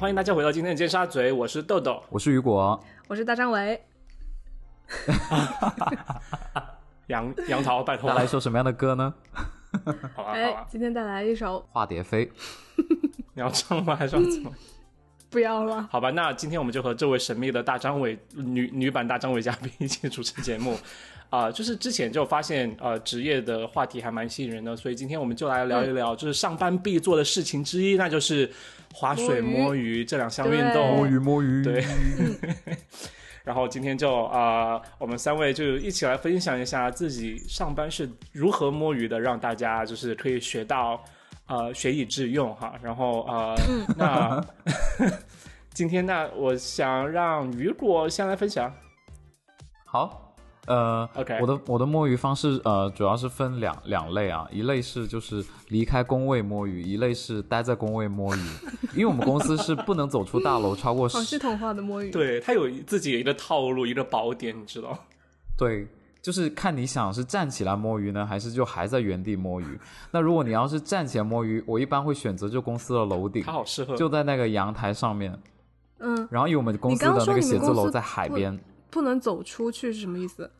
欢迎大家回到今天的尖沙咀，我是豆豆，我是雨果，我是大张伟。杨杨桃，拜托 带来一首什么样的歌呢？好啊好哎啊，，今天带来一首化蝶飞，你要唱吗？还是要怎么？不要了，好吧，那今天我们就和这位神秘的大张伟女女版大张伟嘉宾一起主持节目， 啊、就是之前就发现呃职业的话题还蛮吸引人的，所以今天我们就来聊一聊，就是上班必做的事情之一，那就是划水、摸鱼摸鱼这两项对运动。摸鱼摸鱼，对，然后今天就啊、呃我们三位就一起来分享一下自己上班是如何摸鱼的，让大家就是可以学到呃学以致用哈。然后呃，那 今天呢，我想让雨果先来分享。好，呃 OK 我的我的摸鱼方式呃主要是分两两类啊，一类是就是离开工位摸鱼，一类是待在工位摸 鱼，因为我们公司是不能走出大楼超过好系十，统化的摸鱼。对他有自己一个套路，一个宝典，你知道？对。就是看你想是站起来摸鱼呢，还是就还在原地摸鱼。那如果你要是站起来摸鱼，我一般会选择就公司的楼顶他，好适合。就在那个阳台上面。嗯，然后因为我们公司的你刚刚那说个你们写字公司楼在海不边，不能走出去是什么意思？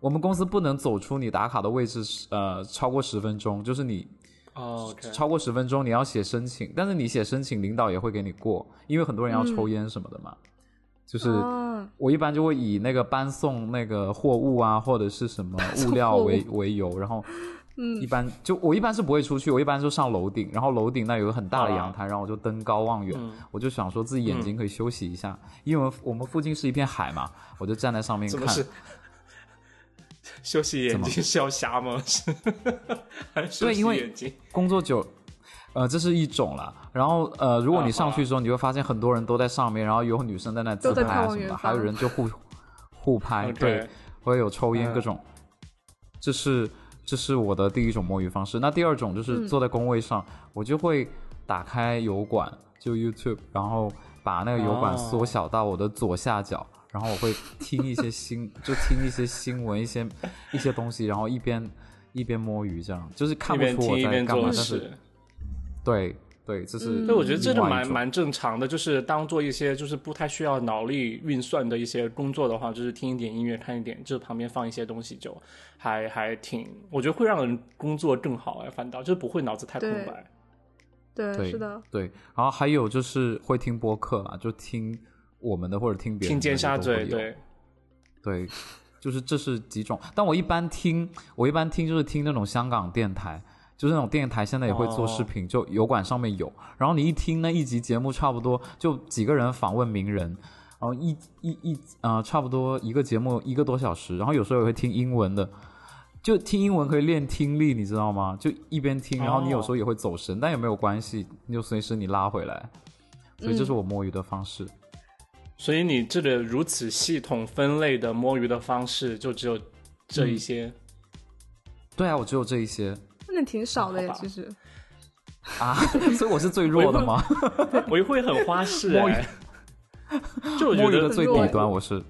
我们公司不能走出你打卡的位置，呃，超过十分钟，就是你哦 OK，超过十分钟你要写申请，但是你写申请，领导也会给你过，因为很多人要抽烟什么的嘛。就是嗯哦我一般就会以那个搬送那个货物啊，或者是什么物料货 物为为由，然后。嗯，一般就我一般是不会出去，我一般就上楼顶，然后楼顶那有个很大的阳台，然后我就登高望远，嗯我就想说自己眼睛可以休息一下，因为我们附近是一片海嘛，我就站在上面怎看么，是？休息眼睛是要瞎吗？ 是，还是休对息因为眼睛？工作久，呃，这是一种啦。然后呃，如果啊你好上啦去之后，你会发现很多人都在上面，然后有女生在那自都在拍眺啊望什么远的，方还有人就互互拍 OK 对，会有抽烟嗯各种。这是这是我的第一种摸鱼方式。那第二种嗯就是坐在工位上，我就会打开油管，就 YouTube，然后把那个油管哦缩小到我的左下角。然后我会听一些新， 就听一些新闻，一些一些东西，然后一边一边摸鱼，这样就是看一不边出听我一在边干嘛，做但是事。嗯对对，这是对，我觉得这另个外一蛮种蛮正常的，就是当做一些就是不太需要脑力运算的一些工作的话，就是听一点音乐，看一点，就是旁边放一些东西就还还挺，我觉得会让人工作更好哎，反倒就是不会脑子太空对白。对，对是的，对。然后还有就是会听播客啊啦，就听我们的或者听别人听的尖沙都会咀，有对，对，就是这是几种。但我一般听，我一般听就是听那种香港电台。就是那种电台现在也会做视频，就油管上面有。然后你一听那一集节目，差不多就几个人访问名人，然后一一一呃，差不多一个节目一个多小时。然后有时候也会听英文的，就听英文可以练听力，你知道吗？就一边听，然后你有时候也会走神，但也没有关系，你就随时你拉回来。所以这嗯是我摸鱼的方式。所以你这个如此系统分类的摸鱼的方式，就只有这一些。对啊，我只有这一些嗯那你挺少的耶好，吧其实。啊， 所以我是最弱的吗？ 我也会很花式摸鱼哎， 就我觉摸鱼得哎的最底端，我是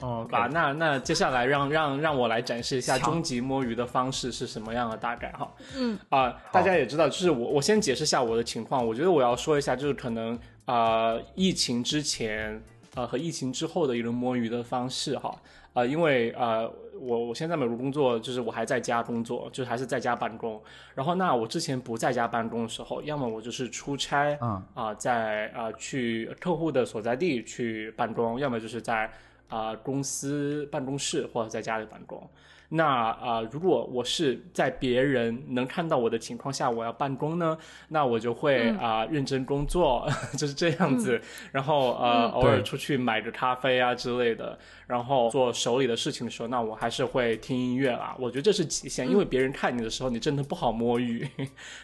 哦，吧，那那接下来让让让我来展示一下终极摸鱼的方式是什么样的，大概哈。嗯 啊、 大家也知道，就是我我先解释一下我的情况。我觉得我要说一下，就是可能啊、呃疫情之前呃和疫情之后的一轮摸鱼的方式哈。啊、因为呃我我现在美国工作，就是我还在家工作，就是还是在家办公。然后那我之前不在家办公的时候，要么我就是出差，嗯啊、在啊、去客户的所在地去办公，要么就是在啊、公司办公室或者在家里办公。那啊、如果我是在别人能看到我的情况下，我要办公呢，那我就会啊、认真工作， 就是这样子。然后呃，偶尔对出去买个咖啡啊之类的，然后做手里的事情的时候，那我还是会听音乐啦。我觉得这是极限，因为别人看你的时候，你真的不好摸鱼。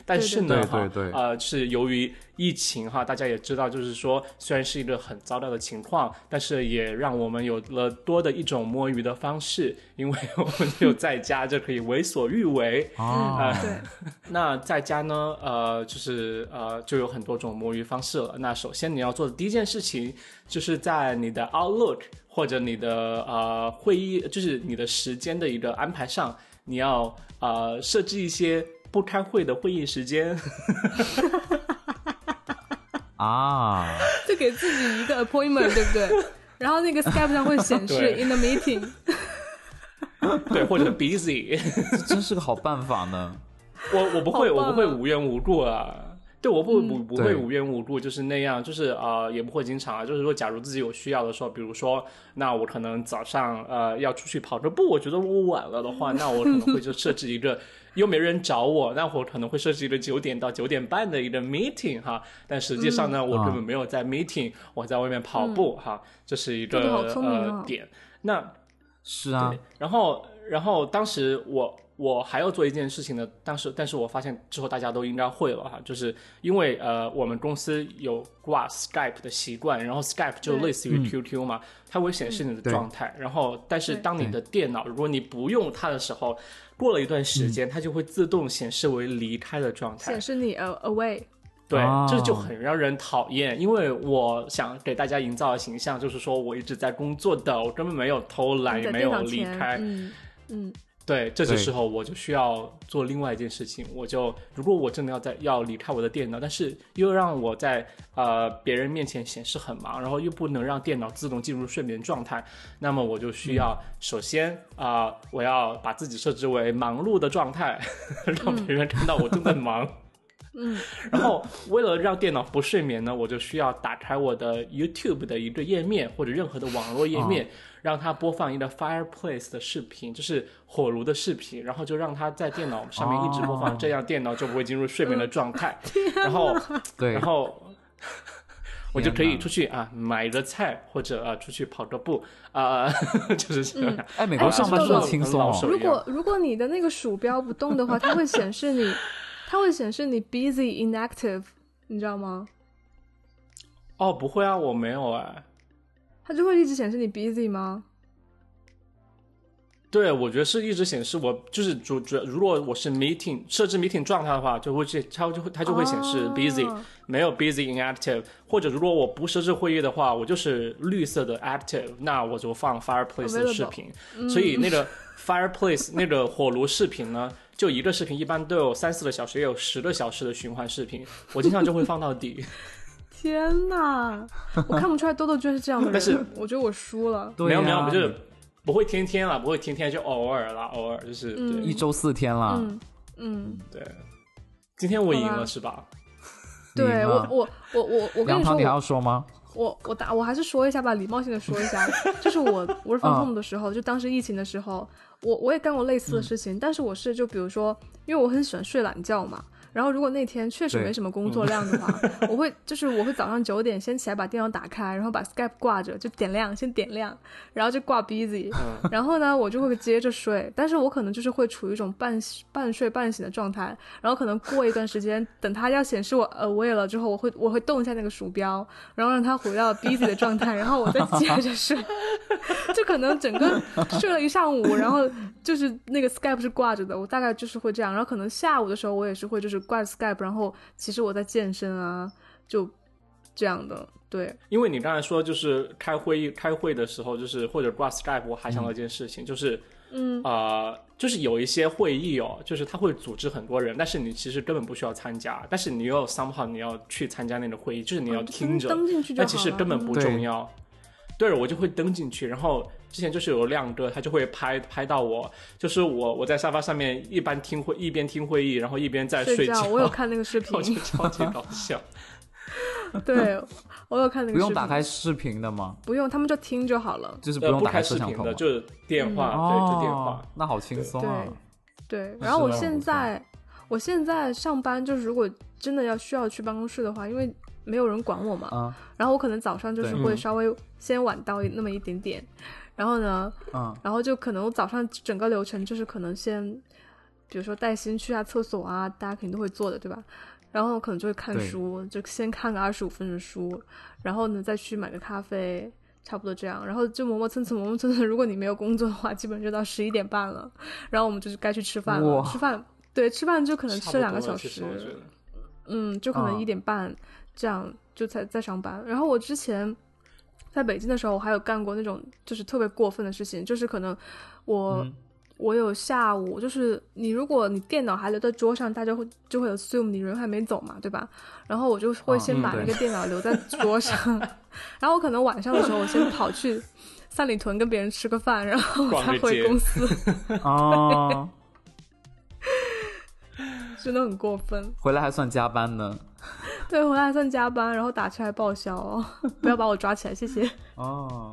但是呢，对对哈对对呃，是由于疫情哈，大家也知道，就是说虽然是一个很糟糕的情况，但是也让我们有了多的一种摸鱼的方式，因为 我们就在家就可以为所欲为。啊，嗯，对，那在家呢，呃，就是呃，就有很多种摸鱼方式了。那首先你要做的第一件事情，就是在你的 Outlook 或者你的呃会议，就是你的时间的一个安排上，你要呃设置一些不开会的会议时间。啊，就给自己一个 appointment，对不 对？然后那个 Skype 上会显示对 in a meeting， 对，或者 busy，这真是个好办法呢。我我不会，好棒啊嗯我不会无缘无故啊。对，我不不不对会无缘无故，就是那样，就是呃，也不会经常啊。就是说，假如自己有需要的时候，比如说，那我可能早上呃要出去跑个步，我觉得我晚了的话，那我可能会就设置一个，又没人找我，那我可能会设置一个九点到九点半的一个 meeting 哈。但实际上呢，我根本没有在 meeting，、我在外面跑步、哈，这是一个这个嗯好聪明哦呃点。那是啊，对，然后然后当时我我还要做一件事情呢，当时但是我发现之后大家都应该会了哈，就是因为呃我们公司有挂 Skype 的习惯，然后 Skype 就对类似于 QQ 嘛，它会显示你的嗯对状态，然后但是对当你的电脑如果你不用它的时候，过了一段嗯时间、它就会自动显示为离开的状态显，示你 a- away。对，这哦就很让人讨厌，因为我想给大家营造的形象就是说我一直在工作的，我根本没有偷懒，也在没电有脑离前，开，嗯嗯，对，这对个时候我就需要做另外一件事情，我就如果我真的要在要离开我的电脑，但是又让我在呃别人面前显示很忙，然后又不能让电脑自动进入睡眠状态，那么我就需要首先啊、呃我要把自己设置为忙碌的状态， 让别人看到我正在忙。嗯，然后为了让电脑不睡眠呢，我就需要打开我的 YouTube 的一个页面或者任何的网络页哦面，让它播放一个 Fireplace 的视频，就是火炉的视频，然后就让它在电脑上面一直播放，哦这样电脑就不会进入睡眠的状态。然后，对然，后 我就可天以哪出去啊买个菜，或者啊出去跑个步啊， 就是这样。哎，美国哎上班是这的么轻松老手哦。如一样果如果你的那个鼠标不动的话，它会显示你，它会显示你 busy inactive，你知道吗？哦，不会啊，我没有啊。它就会一直显示你 busy 吗？对，我觉得是一直显示我就是主主，如果我是 meeting 设置 meeting 状态的话，就会去它就会它就会显示哦 busy，、没有 busy inactive，或者如果我不设置会议的话，我就是绿色的 active，那我就放 fireplace 的 Available 视频，嗯所以那个 fireplace 那个火炉视频呢，就一个视频一般都有三四个小时，也有十个小时的循环视频，我经常就会放到底。天 哪，我看不出来多多居然是这样的人，但是我觉得我输了。对没有没有，呀我就是不会天天啦，不会天天，就偶尔啦，偶尔就是、嗯一周四天啊啦，嗯嗯，对对。今天我赢好了吧是吧？你对赢我了我我我我跟杨你说桃，你还我要说吗？我我打我还是说一下吧，礼貌性的说一 下，就是我 work 啊 from home 的时候，就当时疫情的时候，我我也干过类嗯似的事情，但是我是就比如说，因为我很喜欢睡懒觉嘛，然后如果那天确实对没什么工作量的话，我会就是我会早上九点先起来把电脑打开，然后把 Skype 挂着，就点亮，先点亮，然后就挂 busy，嗯然后呢，我就会接着睡，但是我可能就是会处于一种半半睡半醒的状态，然后可能过一段时间，等它要显示我 away 了之后，我会我会动一下那个鼠标，然后让它回到 busy 的状态，然后我再接着睡， 就可能整个睡了一上午，然后就是那个 Skype 是挂着的，我大概就是会这样，然后可能下午的时候我也是会就是挂着 Skype，然后其实我在健身啊，就这样的，对，因为你刚才说就是开会议开会的时候，就是或者挂 Skype，我还想到一件事情，就是嗯，呃，就是有一些会议哦，就是他会组织很多人，但是你其实根本不需要参加，但是你又 somehow 你要去参加那个会议，就是你要嗯听着，登进去就好但了，嗯其实根本不对重要。对，我就会登进去，然后之前就是有亮哥，他就会拍拍到我，就是我我在沙发上面一般听会一边听会议，然后一边在睡睡觉，觉， 我有看那个视频我，就超级搞笑。对，我有看那个视频。不用打开视频的吗？不用，他们就听就好了。就是呃用不打开开视摄像频头吗啊的，？就是电嗯话，对，就哦，电话。那好轻松啊对！对，那然后是我那种现不错在，我现在上班就是如果真的要需要去办公室的话，因为没有人管我嘛，嗯然后我可能早上就是对会嗯稍微先晚到那么一点点，然后呢，嗯，然后就可能我早上整个流程就是可能先，比如说带薪去下厕所啊，大家肯定都会做的，对吧？然后可能就会看对书，就先看个二十五分钟的书，然后呢再去买个咖啡，差不多这样。然后就磨磨蹭蹭磨磨蹭蹭，如果你没有工作的话，基本上就到十一点半了。然后我们就是该去吃饭了，哇吃饭对吃饭就可能差吃不两多个小了其实时，我觉得嗯，就可能嗯一点半这样就才在上班。然后我之前在北京的时候，我还有干过那种就是特别过分的事情，就是可能我、嗯我有下午，就是你如果你电脑还留在桌上，大家会就会有 assume 你人还没走嘛，对吧？然后我就会先把那个电脑留在桌上，然后我可能晚上的时候我先跑去三里屯跟别人吃个饭，然后我再回公司。哦，真的很过分。回来还算加班呢。对，回来还算加班，然后打车还报销哦，不要把我抓起来，谢谢。哦。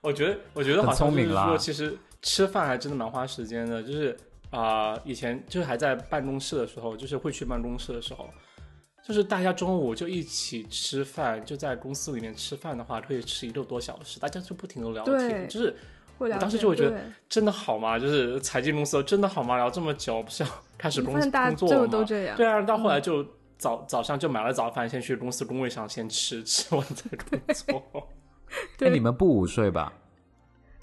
我觉得，我觉得好像就是说，其实吃饭还真的蛮花时间的。就是啊、呃，以前就是还在办公室的时候，就是会去办公室的时候，就是大家中午就一起吃饭，就在公司里面吃饭的话，可以吃一个多小时，大家就不停的聊天。就是我当时就会觉得，真的好吗？就是财经公司真的好吗？聊这么久，不是要开始工工作了吗？对啊，到后来就早、嗯、早上就买了早饭，先去公司工位上先吃， 吃完再工 作。哎，你们不午睡吧？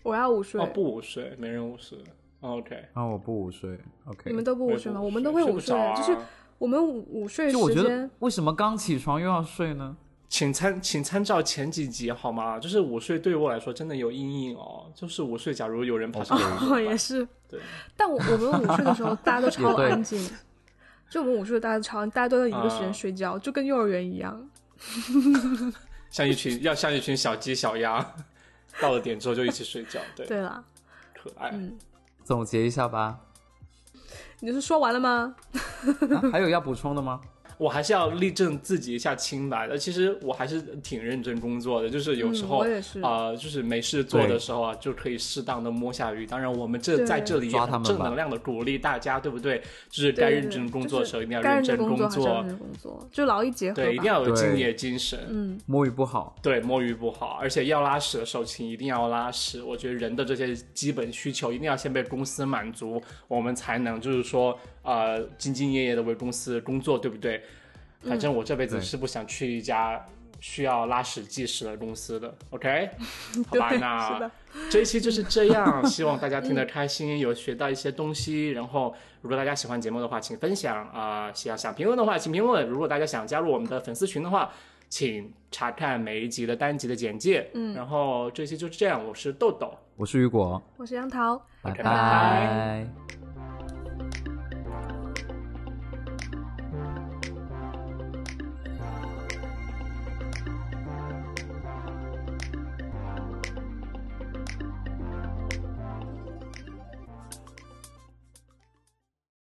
我要午睡。哦，不午睡，没人午睡。哦、OK。啊、哦，我不午睡。OK。你们都不午睡吗？我们都会午睡，睡啊、就是我们午午睡就我觉得，为什么刚起床又要睡呢？请参请参照前几集好吗？就是午睡对于我来说真的有阴影哦。就是午睡，假如有人爬上哦，也是。对。但我我们午睡 的时候，大家都超安静。就我们午睡，大家超，大家都在一个时间睡觉，嗯、就跟幼儿园一样。像一群要像一群小鸡小鸭，到了点之后就一起睡觉。对对啦，可爱。嗯，总结一下吧。你是说完了吗啊？还有要补充的吗？我还是要力证自己一下清白的。其实我还是挺认真工作的，就是有时候啊、嗯呃，就是没事做的时候啊，就可以适当的摸下鱼。当然，我们这在这里也很正能量的鼓励大家，对不对？就是该认真工作的时候一定要认真工作，就是、认真工作，就劳逸结合。对，一定要有敬业精神。嗯，摸鱼不好，对，摸鱼不好，而且要拉屎的时候，请一定要拉屎。我觉得人的这些基本需求一定要先被公司满足，我们才能就是说。呃，兢兢业业的为公司工作，对不对？反正我这辈子是不想去一家需要拉屎计时的公司的。嗯、OK，好 吧，那这一期就是这样，希望大家听得开心，有学到一些东西。然后，如果大家喜欢节目的话，请分享啊、呃；想想评论的话，请评论。如果大家想加入我们的粉丝群的话，请查看每一集的单集的简介。嗯，然后这期就是这样，我是豆豆，我是雨果，我是杨桃，拜拜拜。拜